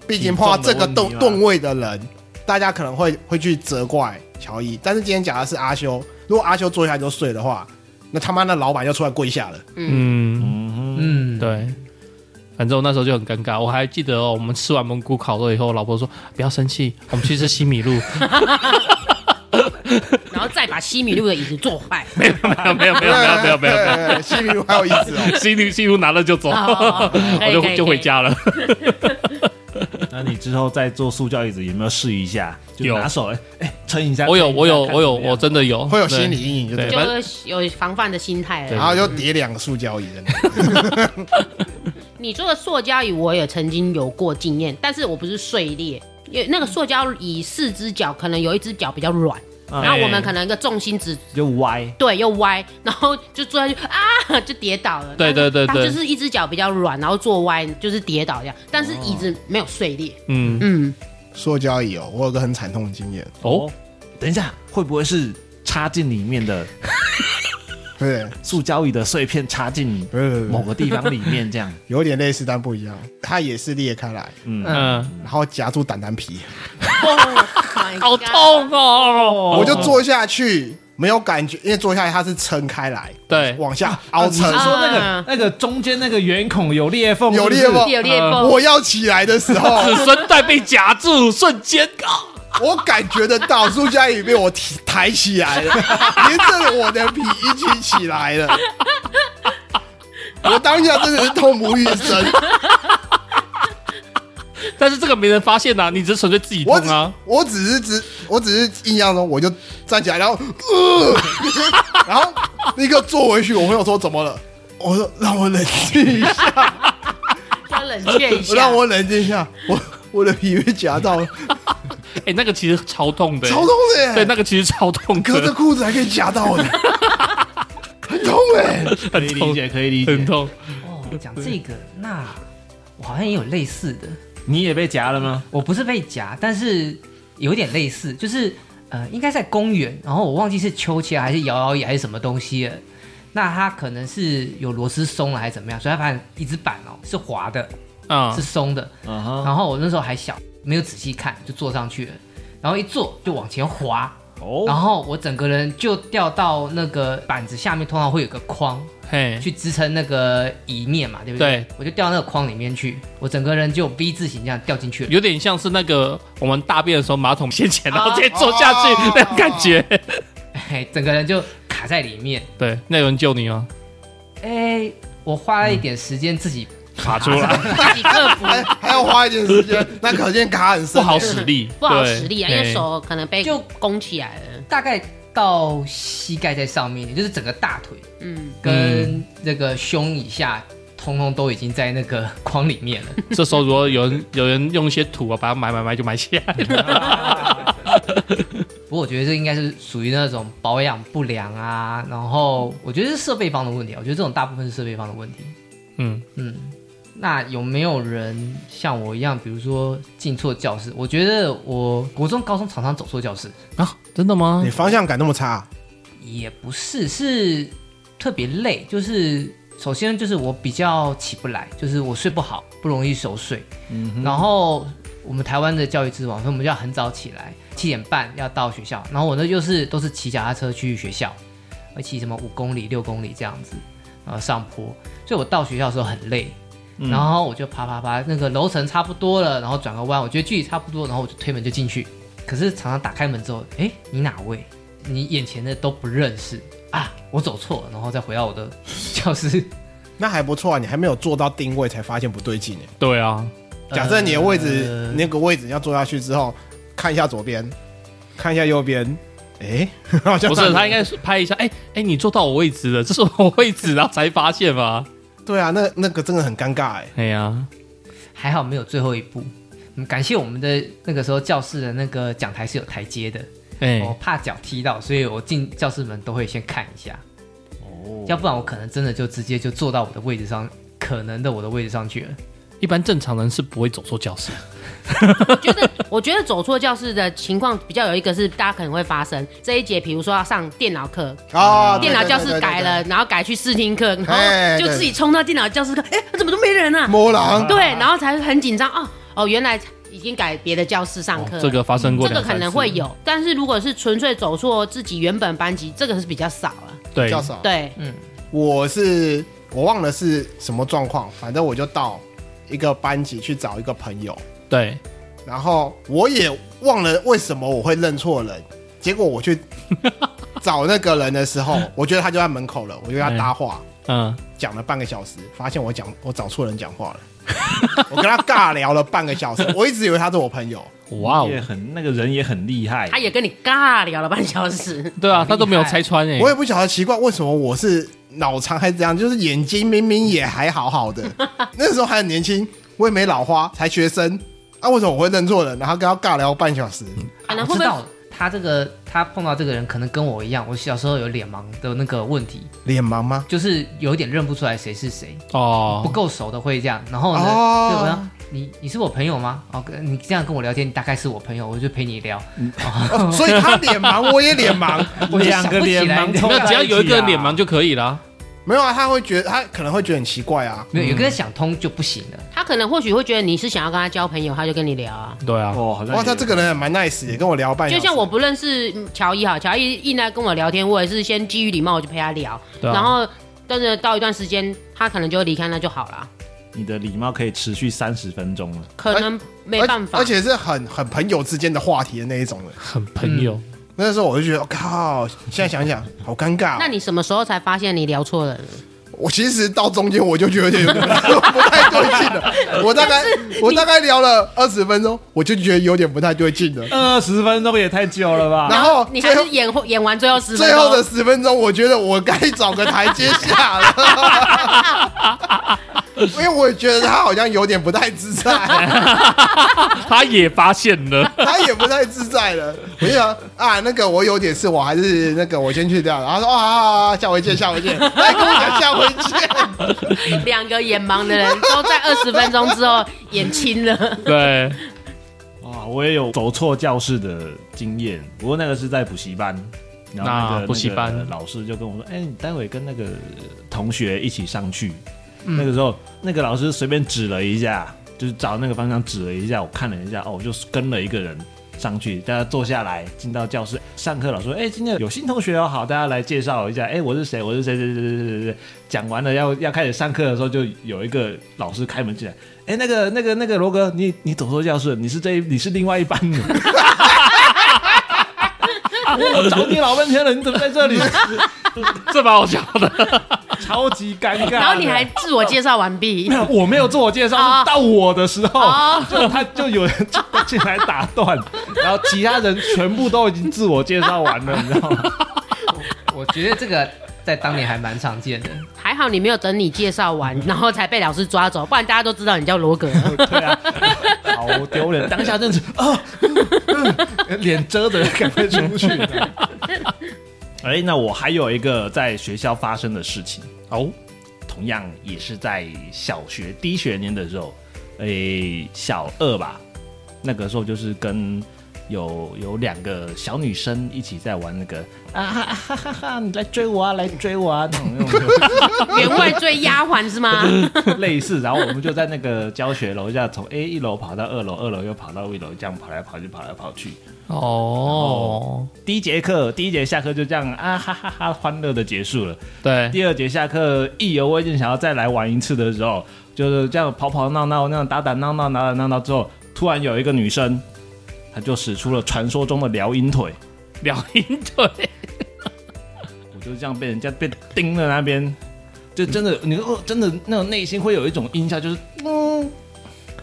S4: 毕竟
S5: 体
S4: 碰到
S5: 重
S4: 这
S5: 的
S4: 个
S5: 问题
S4: 吨
S5: 啦
S4: 吨位的人，大家可能会会去责怪乔伊。但是今天讲的是阿修，如果阿修坐下来就睡的话，那他妈那老板就出来跪下了。
S1: 嗯，
S2: 嗯，
S5: 嗯哼，
S3: 嗯，，
S2: 对。反正我那时候就很尴尬，我还记得哦，我们吃完蒙古烤肉以后，老婆说不要 生气，我们去吃西米露。
S1: 然后再把西米露的椅子坐 坏，
S2: 没有没有没有没有没有没有没有没有，
S4: 有，西米露还有椅子哦。
S2: 西米西米露拿了就走，
S1: 哦可
S2: 我
S1: 以可
S2: 就
S1: 以
S2: 就回
S1: 可以
S2: 家了。
S5: 那你之后再做塑胶椅子有没有试一下？就
S2: 有
S5: 拿手哎哎撑一下。
S2: 我有
S5: 撑一下
S2: 我有
S5: 看
S2: 我有
S5: 怎么样
S2: 我真的有
S4: 会有心理阴影就对
S2: 对
S4: 了，
S1: 就
S2: 反
S1: 会有防范的心态了
S2: 对
S4: 然。后就叠两个塑胶椅在那里。
S1: 你说的塑胶椅，我也曾经有过经验，但是我不是碎裂，因为那个塑胶椅四只脚可能有一只脚比较软，然
S5: 嗯
S1: 后
S2: 哎
S1: 我们可能一个重心只
S5: 就歪。
S1: 对又歪，然后就坐下去啊就跌倒了。
S2: 对对对
S1: 它
S2: 对
S1: 就是一只脚比较软，然后坐歪就是跌倒这样，但是椅子没有碎裂。
S2: 嗯
S1: 嗯，
S4: 塑胶椅哦，我有个很惨痛的经验，
S2: 哦，，
S5: 等一下，会不会是插进里面的
S4: 对，
S5: 塑胶椅的碎片插进
S4: 不是不是
S5: 某个地方里面这样？
S4: 有点类似但不一样，它也是裂开来，
S5: 嗯，
S2: 嗯，
S4: 然后夹住胆囊皮，
S2: 好痛哦！
S4: 我就坐下去没有感觉，因为坐下来它是撑开来，
S2: 对，
S4: 往下
S2: 哦
S4: 凹撑。
S1: 啊
S5: 说那个那个中间那个圆孔有裂缝，
S4: 有裂缝
S1: 有裂
S2: 呃
S1: 缝。
S4: 我要起来的时 候，
S2: 子孙带被夹住，瞬间啊，
S4: 我感觉得到塑胶椅被我提抬起来 了，连着我的皮一起起来了。我当下真的是痛不欲生，
S2: 但是这个没人发现呐，啊你只是纯粹自己
S4: 我
S2: 痛
S4: 只
S2: 啊。
S4: 我只是只我只是印象中我就站起来，然后呃， 然后立刻坐回去。我朋友说怎么了？我说让我冷静一下，
S1: 要冷却一下，
S4: 让我冷静一下。我我的皮被夹到了，
S2: 哎，那个其实超痛的，欸
S4: 超痛的耶！
S2: 对，那个其实超痛
S4: 隔着
S2: 的，
S4: 裤子还可以夹到我的，很痛哎、
S5: 可
S2: 很
S5: 以理
S2: 痛，
S5: 解，可以理
S2: 很
S5: 解。
S2: 痛。
S3: 哦，讲这个，那我好像也有类似的，
S5: 你也被夹了吗？
S3: 我不是被夹，但是有点类似，就是呃，应该在公园，然后我忘记是秋千还是摇摇椅还是什么东西了。那它可能是有螺丝松了还是怎么样，所以它反正椅子板哦是滑的，
S2: 啊
S3: 是，松的。
S5: 嗯哼，
S3: 然后我那时候还小，没有仔细看，就坐上去了，然后一坐就往前滑，然
S5: 哦，
S3: 后我整个人就掉到那个板子下面，通常会有个框
S2: 嘿，
S3: 去支撑那个椅面嘛，对不对？
S2: 对，
S3: 我就掉到那个框里面去，我整个人就 V 字形这样掉进去了。
S2: 有点像是那个我们大便的时候马桶掀起来，然后
S1: 啊
S2: 直接坐下去
S4: 哦
S2: 那种感觉。
S3: 嘿，哎整个人就卡在里面。
S2: 对，那有人救你哦吗？
S3: 哎，我花了一点时间自己
S2: 爬出来，
S1: 自己克服，
S2: 哎
S4: 还还要花一点时间，那可见卡很深。欸
S2: 不好使力，
S1: 不好
S2: 对
S1: 实力啊，因为
S2: 嘿
S1: 手可能被
S3: 就
S1: 拱起来了。
S3: 大概到膝盖在上面，也就是整个大腿
S1: 嗯，
S3: 跟那个胸以下，通通都已经在那个 框里面了。
S2: 这时候如果有人有人用一些土啊，把它埋埋埋就埋起来了。
S3: 不过我觉得这应该是属于那种保养不良啊，然后我觉得是设备方的问题啊。我觉得这种大部分是设备方的问题。
S2: 嗯，
S3: 嗯，那有没有人像我一样，比如说进错教室？我觉得我国中、高中常常走错教室，
S2: 啊，真的吗
S4: 你？方向感那么差，啊
S3: 也不是是特别累，就是首先就是我比较起不来，就是我睡不好，不容易熟睡。
S5: 嗯
S3: 然后我们台湾的教育之王，所以我们就要很早起来，七点半要到学校。然后我呢就是都是骑脚踏车去学校，会骑什么五公里、六公里这样子，然后上坡。所以我到学校的时候很累，
S5: 嗯
S3: 然后我就爬爬爬，那个楼层差不多了，然后转个弯，我觉得距离差不多，然后我就推门就进去。可是常常打开门之后，哎，你哪位？你眼前的都不认识啊！我走错了，然后再回到我的 教室。
S4: 那还不错啊，你还没有做到定位才发现不对劲耶
S2: 对啊，
S4: 假设你的位置、
S3: 呃
S4: 那个位置要坐下去之后，看一下左边，看一下右边，哎， 好像
S2: 不是，他应该是拍一下，哎、哎、你坐到我位置了，这是我位置，然后才发现吧？
S4: 对啊，那那个真的很尴尬哎。
S2: 哎呀、
S3: 还好没有最后一步。嗯感谢我们的那个时候教室的那个讲台是有台阶的，
S2: 哎、
S3: 我怕脚踢到，所以我进教室门都会先看一下。哦，要不然我可能真的就直接就坐到我的位置上，可能的我的位置上去了。
S2: 一般正常人是不会走错教室。
S1: 我觉得，我觉得走错教室的情况比较有一个是大家可能会发生这一节，比如说要上电脑课，
S4: 啊，
S1: 电脑
S4: 对
S1: 教室改，了，然后改去视听课，然
S4: 哎
S1: 后就
S4: 对
S1: 自己冲到电脑教室课，哎，怎么都没人啊
S4: 对对对对？摸狼，
S1: 对，然后才很紧张哦哦，原来已经改别的教室上课了、
S2: 哦这个发生过
S1: 这个
S2: 两
S1: 可
S2: 三次，
S1: 能会有，但是如果是纯粹走错自己原本班级，这个是比较少了。
S2: 对
S4: 比较少。
S1: 对，
S4: 我是我忘了是什么状况，反正我就到一个班级去找一个朋友，
S2: 对，
S4: 然后我也忘了为什么我会认错人，结果我去 找那个人的时候，我觉得他就在门口了，我就跟他搭话，
S2: 嗯，
S4: 讲了半个小时，发现我讲我找错人讲话了，我跟他尬聊了半个小时，我一直以为他是我朋友，
S2: 哇哦
S5: 也，很那个人也很厉害，
S1: 他也跟你尬聊了半小时，
S2: 对啊，他都没有拆穿哎、
S4: 我也不晓得奇怪为什么我是脑残还是怎样，就是眼睛明明也还好好 的，那时候还很年轻，我也没老花，才学生。啊，为什么我会认错人？然后跟他尬聊半小时，
S1: 可能
S3: 啊
S1: 会不
S3: 我知
S1: 会
S3: 道他这个他碰到这个人，可能跟我一样，我小时候有脸盲的那个问题，
S4: 脸盲 吗？
S3: 就是有点认不出来谁是谁，不
S2: 哦，
S3: 够熟的会这样。然后呢，
S4: 哦
S3: 对我要你你是我朋友吗？哦，你这样跟我聊天，你大概是我朋友，我就陪你聊。
S4: 哦所以他脸盲，我也脸盲。
S3: 我就想不
S5: 两个
S3: 起
S5: 脸
S3: 来
S5: 盲
S3: 你
S5: 冲
S2: 那
S5: 在起啊，
S2: 只要有一个脸盲就可以啦。
S4: 没有啊，他会觉得他可能会觉得很奇怪啊。
S3: 没有，
S5: 嗯
S3: 有个人想通就不行了。
S1: 他可能或许会觉得你是想要跟他交朋友，他就跟你聊啊。
S2: 对啊，
S5: 哦，好像
S4: 哇，
S5: 也
S4: 他这个人也蛮 nice，也跟我聊半小
S1: 就
S4: 时。
S1: 像我不认识嗯乔伊哈，乔伊一来跟我聊天，我也是先基于礼貌我就陪他聊，
S2: 对啊
S1: 然后但是到一段时间他可能就会离开，那就好了，
S5: 你的礼貌可以持续三十分钟了，
S1: 可能没办法。
S4: 而，而且是很很朋友之间的话题的那一种的。
S2: 很朋友，
S4: 那时候我就觉得，我、哦靠，现在想想好尴尬哦、
S1: 那你什么时候才发现你聊错人了？
S4: 我其实到中间我就觉得有点 不太对劲了，我大概我大概聊了二十分钟，我就觉得有点不太对劲了。
S5: 二十分钟也太久了吧？
S4: 然后
S1: 啊你还
S4: 哦最后
S1: 是演后演完最后十分
S4: 最
S1: 钟
S4: 后的十分钟，我觉得我该找个台阶下了， 因为我觉得他好像有点不太自在，
S2: 他也发现了，
S4: 他也不太自在了。我就想啊，那个我有点事，我还是那个我先去掉。然后他说啊好好，好下回见，下回见，来跟我讲下回见。
S1: 两个眼盲的人都在二十分钟之后眼青 了。
S2: 对，
S5: 哇，我也有走错教室的经验，不过那个是在补习班。然后那个
S2: 那补习班
S5: 那个老师就跟我说：“哎，你待会跟那个同学一起上去。那个时候，那个老师随便指了一下，就是找那个方向指了一下，我看了一下，哦，我就跟了一个人上去，大家坐下来，进到教室上课。老师说：“哎，今天有新同学哦，好，大家来介绍一下。哎，我是谁？我是谁？谁谁谁谁谁谁？”讲完了要要开始上课的时候，就有一个老师开门进来，哎，那个那个那个罗哥，你你走错教室了，你是这一你是另外一班的。 我找你老半天了，你怎么在这里？
S2: 这蛮好笑的。
S5: 超级尴尬的。
S1: 然后你还自我介绍完毕
S5: 没，有，我没有自我介绍，
S1: 哦
S5: 是到我的时候，
S1: 哦
S5: 就他就有人就进来打断，然后其他人全部都已经自我介绍完了，你知道吗？
S3: 我觉得这个在当年还蛮常见的。
S1: 还好你没有等你介绍完，然后才被老师抓走，不然大家都知道你叫罗 格。
S5: 对啊， 好丢脸！当下真是啊，嗯脸遮着，赶快出去。 哎，那我还有一个在学校发生的事情哦，同样也是在小学低学年的时候，哎，小二吧，那个时候就是跟有有两个小女生一起在玩那个啊哈哈哈哈，你来追我啊，来追我啊，那种那种。
S1: 员外追丫鬟是 吗？
S5: 类似，然后我们就在那个教学楼下，从 A 一楼跑到二楼，二楼又跑到一楼，这样跑来跑去，跑来跑去。
S2: 哦，
S5: 第一节课，第一节下课就这样啊哈哈哈，欢乐的结束了。
S2: 对，
S5: 第二节下课，意犹未尽，想要再来玩一次的时候，就是这样跑跑闹闹，那样打打闹闹，打打闹闹之后，突然有一个女生，她就使出了传说中的撩阴腿，
S2: 两鹰腿，
S5: 我就这样被人家被盯了那边，就真的，你哦，真的那种内心会有一种印象，就是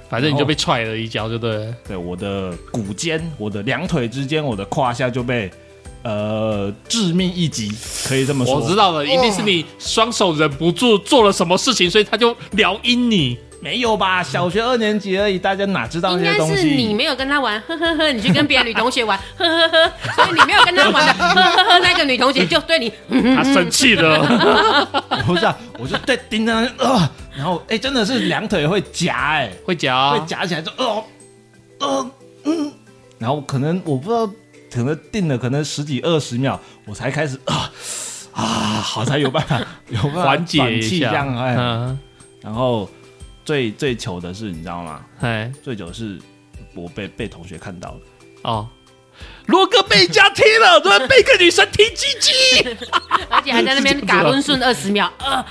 S2: 反正你就被踹了一脚，就对了。
S5: 对，我的骨尖、我的两腿之间、我的胯下就被呃致命一击，可以这么说。
S2: 我知道了，一定是你双手忍不住做了什么事情，所以他就撩阴你。
S5: 没有吧？小学二年级而已，大家哪知道
S1: 应
S5: 那些
S1: 该
S5: 东西？
S1: 是你没有跟他玩，呵呵呵，你去跟别的女同学玩，呵呵呵，所以你没有跟他玩的，呵呵呵，那个女同学就对你，
S2: 他生气了，
S5: 不是啊，我就对盯着他，呃，然后哎、真的是两腿会夹、
S2: 会夹
S5: 哎、
S2: 啊
S5: 会，夹起来就哦，呃，嗯，然后可能我不知道，可能定了可能十几二十秒，我才开始啊、啊，好才有办法有办法
S2: 缓解
S5: 喘
S2: 一
S5: 气这
S2: 下
S5: 样。哎、
S2: 嗯，
S5: 然后最最糗的是，你知道吗？
S2: 哎，
S5: 最糗是我被被同学看到了，
S2: 哦，罗哥被人家踢了，怎么被一个女生踢鸡鸡？
S1: 而且还在那 边嘎抡顺二十秒，呃，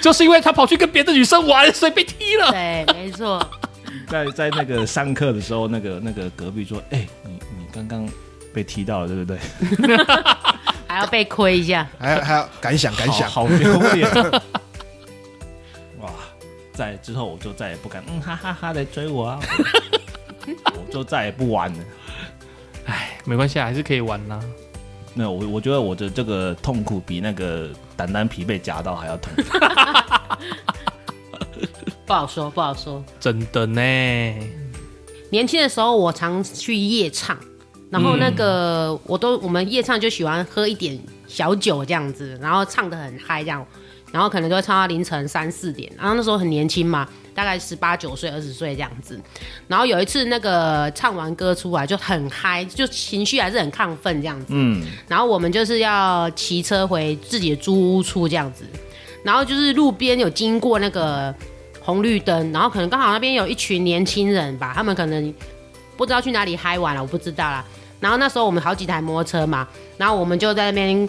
S2: 就是因为他跑去跟别的女生玩，所以被踢了。
S1: 对，没错，
S5: 在在那个上课的时候，那个那个隔壁说，哎、你你刚刚被踢到了，对不对？
S1: 还要被亏一下，
S4: 还还要敢想敢想，
S5: 好丢脸！ 哇，在之后我就再也不敢嗯哈哈哈来追 我啊，我我就再也不玩了。
S2: 哎，没关系，啊，还是可以玩呐、
S5: 那我我觉得我的这个痛苦比那个胆胆皮被夹到还要痛。
S1: 不好说，不好说。
S2: 真的呢，
S1: 年轻的时候，我常去夜唱，然后那个、我都我们夜唱就喜欢喝一点小酒这样子，然后唱的很嗨这样，然后可能就会唱到凌晨三四点。然后那时候很年轻嘛，大概十八九岁、二十岁这样子。然后有一次那个唱完歌出来就很嗨，就情绪还是很亢奋这样子。
S5: 嗯，
S1: 然后我们就是要骑车回自己的租屋处这样子，然后就是路边有经过那个红绿灯，然后可能刚好那边有一群年轻人吧，他们可能不知道去哪里嗨玩了，我不知道啦。然后那时候我们好几台摩托车嘛，然后我们就在那边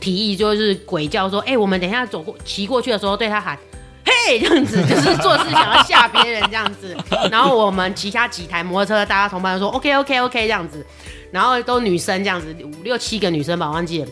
S1: 提议，就是鬼叫说：“哎、我们等一下走过骑过去的时候，对他喊。”嘿，这样子 就是做事想要吓别人这样子，然后我们其他几台摩托车，大家同伴说 OK OK OK 这样子，然后都女生这样子，五六七个女生吧，我忘记了。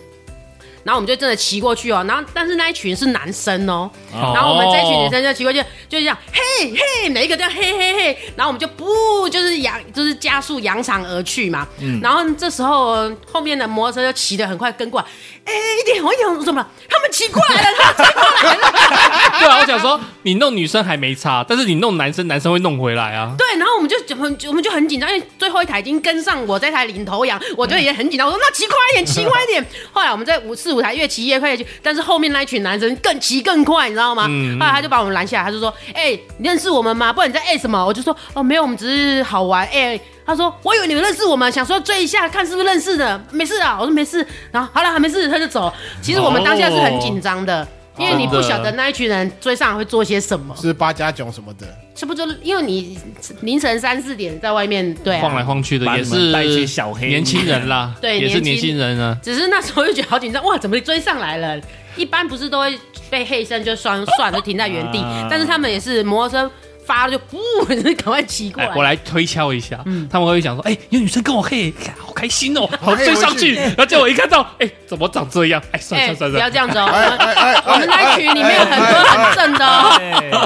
S1: 然后我们就真的骑过去哦，然后但是那一群是男生哦，
S2: 哦
S1: 然后我们这一群女生就骑过去，就是这样嘿嘿，每一个这样嘿嘿嘿，然后我们就不就是扬就是加速扬长而去嘛。然后这时候后面的摩托车就骑得很快跟过来，哎，一点红一点红，怎么了？他们骑过来了，他们骑过来了。
S2: 对啊，我想说你弄女生还没差，但是你弄男生，男生会弄回来啊。
S1: 对，然后我们就很我们就很紧张，因为最后一台已经跟上我这台领头羊，我就也很紧张。我说那骑快一点，骑快一 点。后来我们在五四五台越骑越快越去，但是后面那一群男生更骑更快，你知道吗？
S2: 嗯
S1: 后来他就把我们拦下来，他就说：“哎、你认识我们吗？不然你在哎、什么？”我就说：“哦，没有，我们只是好玩。哎，他说：“我以为你们认识我们，想说追一下看是不是认识的。”没事啊，我说没事。然后好了，没事，他就走。其实我们当下是很紧张的。因为你不晓得那一群人追上来会做些什么，
S4: 是八加九什么的，
S1: 这不就因为你凌晨三四点在外面对、
S2: 晃来
S1: 啊，
S2: 晃去的
S5: 把
S2: 也
S5: 你们带去
S2: 是
S5: 小黑屋啊
S2: 年轻人啦，
S1: 对
S2: 也是年
S1: 年轻
S2: 轻人啊。
S1: 只是那时候就觉得好紧张，哇，怎么追上来了？一般不是都会被黑身就算算了，就停在原地，
S5: 啊
S1: 但是他们也是摩托车发了就不，就是赶快骑过
S2: 哎
S1: 来。，嗯
S2: 我来推敲一下，他们会想说，哎，有女生跟我嘿，好开 心哦，好
S4: 可以
S2: 追
S4: 回
S2: 上去，
S4: 去
S2: 然后结果一看到，哎，怎么长这样？哎，算
S1: 哎、
S2: 了算
S1: 不
S2: 了
S1: 要
S2: 算
S1: 这样子哦、
S4: 哎
S1: 我们那群里
S2: 哎
S1: 面有很多很正的哦、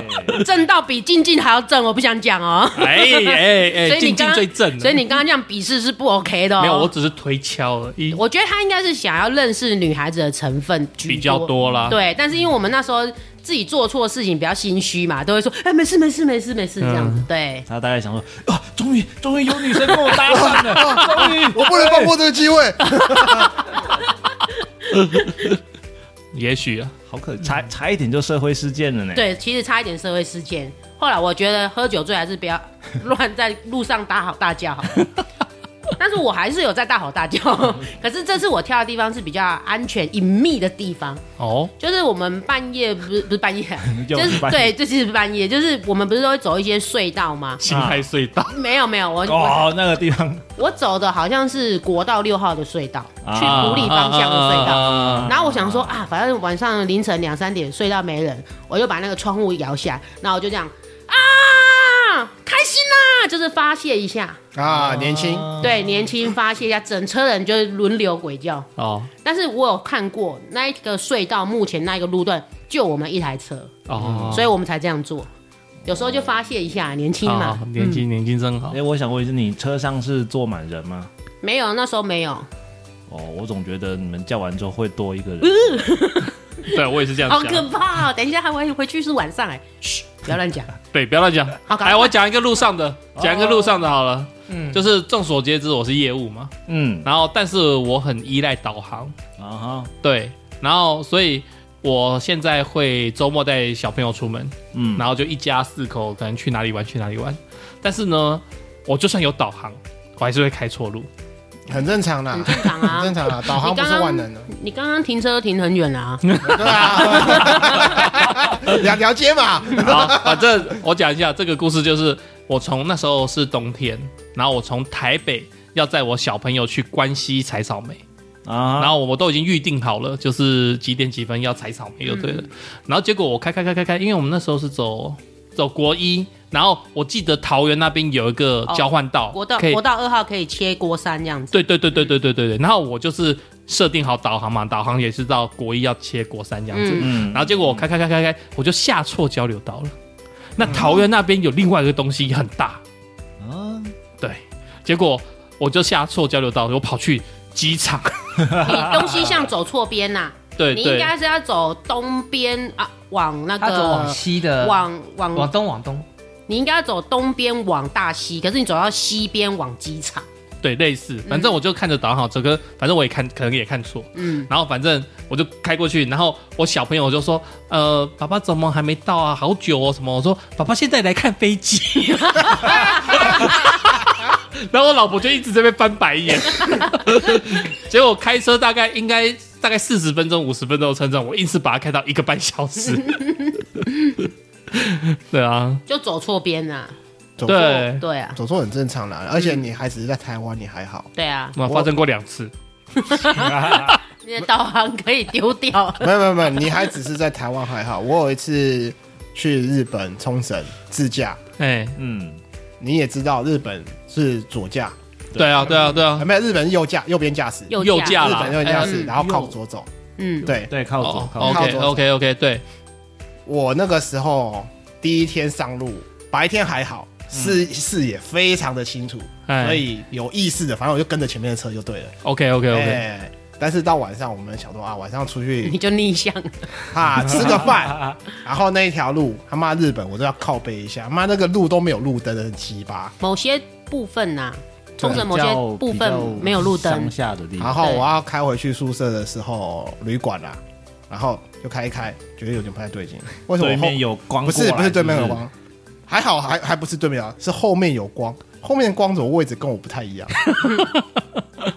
S5: 哎，
S1: 正到比静静还要正，我不想讲哦、
S2: 了，哎哎
S1: 所以
S2: 哎，
S1: 你
S2: 静静
S1: 刚
S2: 最正的，
S1: 所以你刚刚这样鄙视是不 OK 的、哦。
S2: 没有，我只是推敲而已，
S1: 我觉得他应该是想要认识女孩子的成分居
S2: 比较多啦。
S1: 对，但是因为我们那时候自己做错事情比较心虚嘛，都会说，哎、没事没事没事没事这样子。对，
S5: 他大概想说，啊，终于终于有女生跟我搭讪 了，终于
S4: 我不能放过这个机会。
S2: 也许啊，
S5: 好可差差一点就社会事件了呢。
S1: 对，其实差一点社会事件。后来我觉得喝酒醉还是不要乱在路上大吼大叫好 了。但是我还是有在大吼大 叫，可是这次我跳的地方是比较安全隐秘的地方，
S2: 哦，
S1: 就是我们半夜不是不是半 夜啊，
S5: 又
S1: 就是是
S5: 半夜
S1: 对，这其实是半夜，就是我们不是都会走一些隧道吗？
S2: 青海隧道，
S1: 没有没有，我、我
S5: 哦，那个地方
S1: 我走的好像是国道六号的隧道，
S2: 啊
S1: 去普里方向的隧道。
S2: 道
S1: 然后我想说啊，反正晚上凌晨两三点隧道没人，我就把那个窗户摇下来，然后我就这样啊，开心啦、就是发泄一下。
S4: 啊，年轻，
S2: 哦
S1: 对，年轻发泄一下，整车人就是轮流鬼叫。
S2: 哦
S1: 但是我有看过那一个隧道，目前那一个路段就我们一台车，
S2: 哦，
S1: 所以我们才这样做。有时候就发泄一下，年轻
S2: 啊
S1: 嘛，，嗯
S2: 年轻年轻真好
S5: 哎、。我想问一下，你车上是坐满人吗？
S1: 没有那时候没有，
S5: 哦，我总觉得你们叫完之后会多一个人。
S2: 对我也是这样
S1: 好
S2: 想
S1: 可。怕哦！等一下还回回去是晚上哎，嘘，不要乱讲。
S2: 对，不要乱讲。
S1: 好赶快
S2: 来，我讲一个路上的，讲一个路上的好了。
S3: 嗯，
S2: 就是众所皆知，我是业务嘛，
S5: 嗯，
S2: 然后但是我很依赖导航，
S5: 啊哈，
S2: 对，然后所以我现在会周末带小朋友出门，
S5: 嗯，
S2: 然后就一家四口可能去哪里玩去哪里玩，但是呢，我就算有导航，我还是会开错路。
S4: 很正常啦
S1: 很，正常啊
S4: 很正常啦，导航不是万能的，
S1: 你刚刚停车停很远啊，
S4: 对啊，两条街嘛，
S2: 好，反正我讲一下这个故事，就是我从那时候是冬天，然后我从台北要载我小朋友去关西采草莓。
S5: 啊
S2: 然
S5: 哈，
S2: 后我们都已经预定好了，就是几点几分要采草莓就对了。然后结果我开开开开开，因为我们那时候是走走国一，然后我记得桃园那边有一个交换道，
S1: 国道
S2: 可以
S1: 国，道二号可以切郭山这样子。
S2: 对对对对对对对对。然后我就是设定好导航嘛，导航也是到国一要切国三这样子。
S1: 嗯
S5: 嗯，
S2: 然后结果我开开开开开，我就下错交流道了。那桃园那边有另外一个东西很大，
S5: 啊，
S2: 对，结果我就下错交流道，我跑去机场，
S1: 你东西向走错边呐，
S2: 啊对
S1: 你
S2: 对
S1: 应，该是要走东边啊，往那
S3: 他走往
S1: 个
S3: 西的，
S1: 往往
S3: 往东往东，
S1: 你应该要走东边往大溪，可是你走到西边往机场。
S2: 对，类似，反正我就看着导航，整个反正我也看，可能也看错，
S1: 嗯，
S2: 然后反正我就开过去，然后我小朋友就说，呃，爸爸怎么还没到啊？好久哦，什么？我说爸爸现在来看飞机， 然后我老婆就一直在那边翻白眼， 结果开车大概应该大概四十分钟、五十分钟的车程，我硬是把它开到一个半小时， 对啊，
S1: 就走错边呐。
S4: 走错
S2: 对，
S1: 对啊，
S4: 走错很正常啦，而且你还只是在台湾，你还好，
S1: 对啊，
S2: 我发生过两次，
S1: 你的导航可以丢 掉。
S4: 没有没有没有，你还只是在台湾还好。我有一次去日本冲绳自驾，
S2: 哎，
S5: 嗯，
S4: 你也知道日本是左驾，
S2: 对啊，对啊，对啊
S4: 啊，，没有日本是右驾，右边驾驶，
S1: 右
S2: 右
S1: 驾
S2: 驾
S4: 日
S2: 啦，
S4: 本右边驾
S1: 哎
S4: 驶，
S1: 嗯
S4: 然后靠左走。
S1: 嗯，
S4: 对
S5: 对，靠左，靠
S4: 哦
S5: 左，
S2: OK
S4: 左
S2: OK OK，对，
S4: 我那个时候第一天上路，白天还好，视视野非常的清楚，
S2: 哎
S4: 所以有意识的，反正我就跟着前面的车就对了。
S2: OK OK OK，
S4: 哎但是到晚上，我们想说啊，晚上出去
S1: 你就逆向。
S4: 啊，吃个饭，然后那一条路，他妈日本我都要靠背一下，妈那个路都没有路灯的，很奇葩。
S1: 某些部分呐，冲绳某些
S5: 比较
S1: 部
S5: 比较
S1: 分没有路灯
S5: 乡。下的地
S4: 然
S5: 方，
S4: 后
S1: 对
S4: 我要开回去宿舍的时候，旅馆啦，然后就开一开，觉得有点不太对劲。为什么
S5: 对
S4: 我后
S5: 面有光
S4: 不
S5: 过来，
S4: 是不是对面有
S5: 是
S4: 光，还好还还不是对面啊，是后面有光，后面的光怎么位置跟我不太一 样？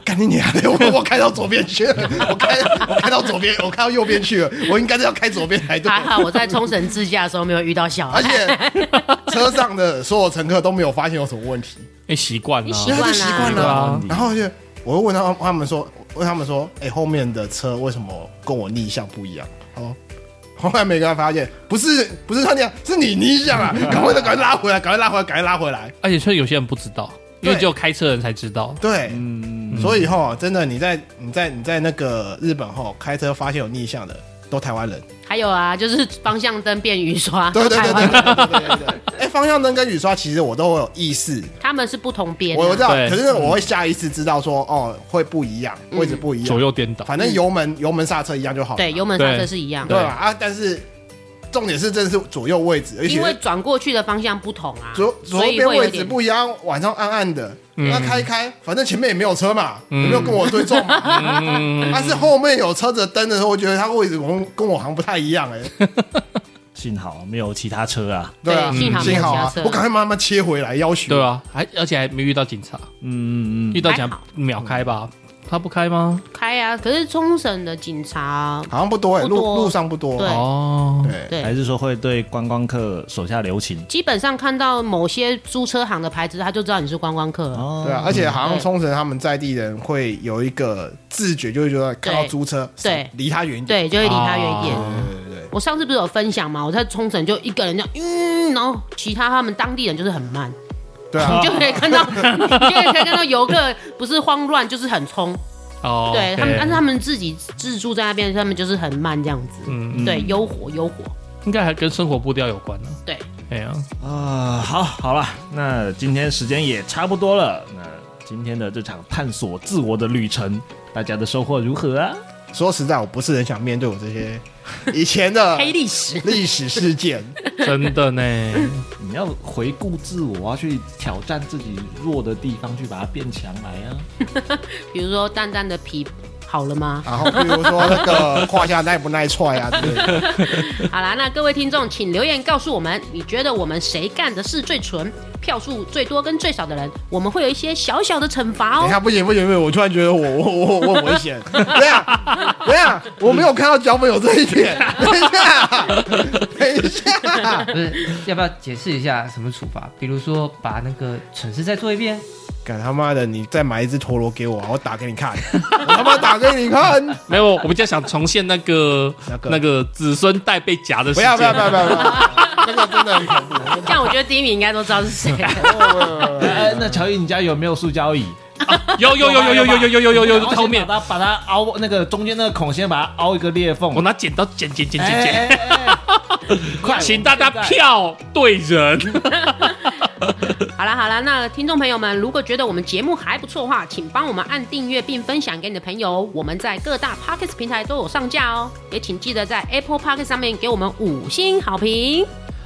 S4: 赶紧你娘的！我我开到左边去了，我开我开到左边，我开到右边去了，我应该是要开左边才对。
S1: 还
S5: 啊
S1: 好我在冲绳自驾的时候没有遇到小
S4: 而
S1: 孩，
S4: 且车上的所有乘客都没有发现有什么问题，
S2: 你哎习惯
S1: 你
S2: 了
S1: 习
S4: 因为
S1: 惯啦
S4: 他就习惯
S2: 对
S4: 了
S2: 啊
S4: 啊。然后就我又问他他们说，问他们说，哎、后面的车为什么跟我逆向不一样？哦，后来每个人发现不是不是他那样，是你逆向啊！赶快的，赶快拉回来，赶快拉回来，赶快拉回来。
S2: 而且确实有些人不知道，因为
S4: 对
S2: 只有开车人才知道。
S4: 对，
S5: 嗯，
S4: 所以哈，真的你在你在你在那个日本哈开车发现有逆向的，都台湾人。
S1: 还有啊，就是方向灯变雨刷，
S4: 对对
S1: 台
S4: 对
S1: 湾
S4: 对对对对对对。哎，方向灯跟雨刷其实我都有意识，
S1: 他们是不同边啊，
S4: 我我知道，
S2: 对
S4: 可是我会下意识知道说哦会不一样，位置不一
S2: 左
S4: 样，
S2: 右颠倒，
S4: 反正油门油门刹车一样就好了。
S1: 嗯对油门刹车
S2: 对
S1: 是一样，
S4: 对吧？啊，但是重点是这是左右位置，而
S1: 因为
S4: 且
S1: 转过去的方向不同啊，
S4: 左左
S1: 所以
S4: 边
S1: 会有
S4: 位置
S1: 点
S4: 不一样，晚上暗暗的，
S2: 嗯
S4: 那开一开，反正前面也没有车嘛，也
S2: 嗯
S4: 没有跟我对撞嘛。
S2: 嗯，
S4: 但是后面有车子的灯的时候，我觉得它位置跟跟我好像不太一样哎、
S5: 幸好没有其他车啊，
S1: 对
S4: 啊，
S1: 幸好没有
S4: 幸好啊
S1: 其他，车
S4: 我赶快慢慢切回来，要求
S2: 对啊，还而且还没遇到警察，
S5: 嗯嗯
S2: 遇
S5: 嗯，
S2: 到
S1: 还
S2: 警察
S1: 好
S2: 秒开吧？他不开吗？
S1: 开啊。可是冲绳的警察
S4: 好像不多哎、
S1: 不
S4: 路
S1: 多
S4: 路上不多，
S1: 对
S2: 哦，
S4: 对
S1: 对
S5: 还是说会对观光客手下留情
S1: 基本上看到某些租车行的牌子，他就知道你是观光客了。
S5: 哦
S4: 对啊，而且好像
S1: 对
S4: 冲绳他们在地人会有一个自觉，就会觉得看到
S1: 对
S4: 租车，
S1: 对
S4: 离他远一点。
S1: 对，就会离他远一点。
S2: 哦
S4: 对对对，
S1: 我上次不是有分享嘛，我在冲绳就一个人这样，嗯，然后其他他们当地人就是很慢，
S4: 对啊
S1: 你，就可以看 到，你就可以看到游客不是慌乱就是很冲，
S2: 哦，
S1: 对他们，
S2: OK
S1: 但是他们自己自助在那边，他们就是很慢这样子，
S2: 嗯，
S1: 对，有火有火，
S2: 应该还跟生活步调有关呢。
S1: 对，
S2: 哎呀，
S5: 啊、好，好了，那今天时间也差不多了，那今天的这场探索自我的旅程，大家的收获如何啊？
S4: 说实在，我不是很想面对我这 些以前的
S1: 黑历史。
S4: 历史事件。
S2: 真的呢，
S5: 你要回顾自我啊，去挑战自己弱的地方，去把它变强来啊。
S1: 比如说蛋蛋的皮好了 吗？
S4: 然后比如说那个胯下耐不耐 踹啊之类的。
S1: 好啦，那各位听众，请留言告诉我们，你觉得我们谁干的事最纯，票数最多跟最少的人，我们会有一些小小的惩罚
S4: 等一
S1: 哦。
S4: 下，不行不行不行！我突然觉得我 我我我很危险。等一下，等一下，我没有看到脚本有这 一点。等一下，等一下，
S3: 不是要不要解释一下什么处罚？比如说把那个蠢事再做一遍，
S4: 敢他妈的，你再买一只陀螺给我，啊我打给你 看，我他妈打给你看！
S2: 没有，我比较想重现那个
S4: 那个
S2: 那个子孙带被夹的事
S4: 不
S2: 件
S4: 要不要不要不要！不要那个真的很恐怖。
S1: 这样我觉得第一名应该都知道是 谁。
S5: 哎、那乔伊，你家有没有塑胶椅？
S2: 有有有有有有有有有有有后面，
S5: 把它把它凹那个中间那个孔，先把它凹一个裂缝。
S2: 我拿剪刀剪剪剪剪剪，
S5: 快，
S2: 请大家票对人。
S1: 好啦好啦，那听众朋友们，如果觉得我们节目还不错的话，请帮我们按订阅并分享给你的朋友哦。我们在各大 p o c k e t 平台都有上架哦，也请记得在 Apple p o c k e t 上面给我们五星好评。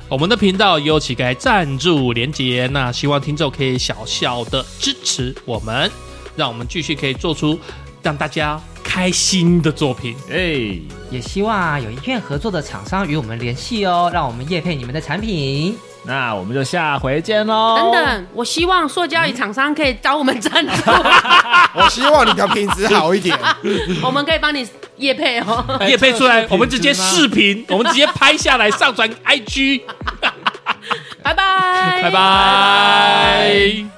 S2: 我们的频道也有乞丐赞助连结，那希望听众可以小小的支持我们，让我们继续可以做出让大家开心的作品。
S5: 哎，
S3: 也希望啊有意愿合作的厂商与我们联系哦，让我们业配你们的产品。
S5: 那我们就下回见喽。
S1: 等等，我希望塑胶椅厂商可以找我们赞助，啊
S4: 我希望你的品质好一点。
S1: 我们可以帮你业配哦。
S2: 夜配出来，我们直接
S5: 这个是
S2: 视频，我们直接拍下来上传 IG，
S1: 拜拜，
S2: 拜。拜。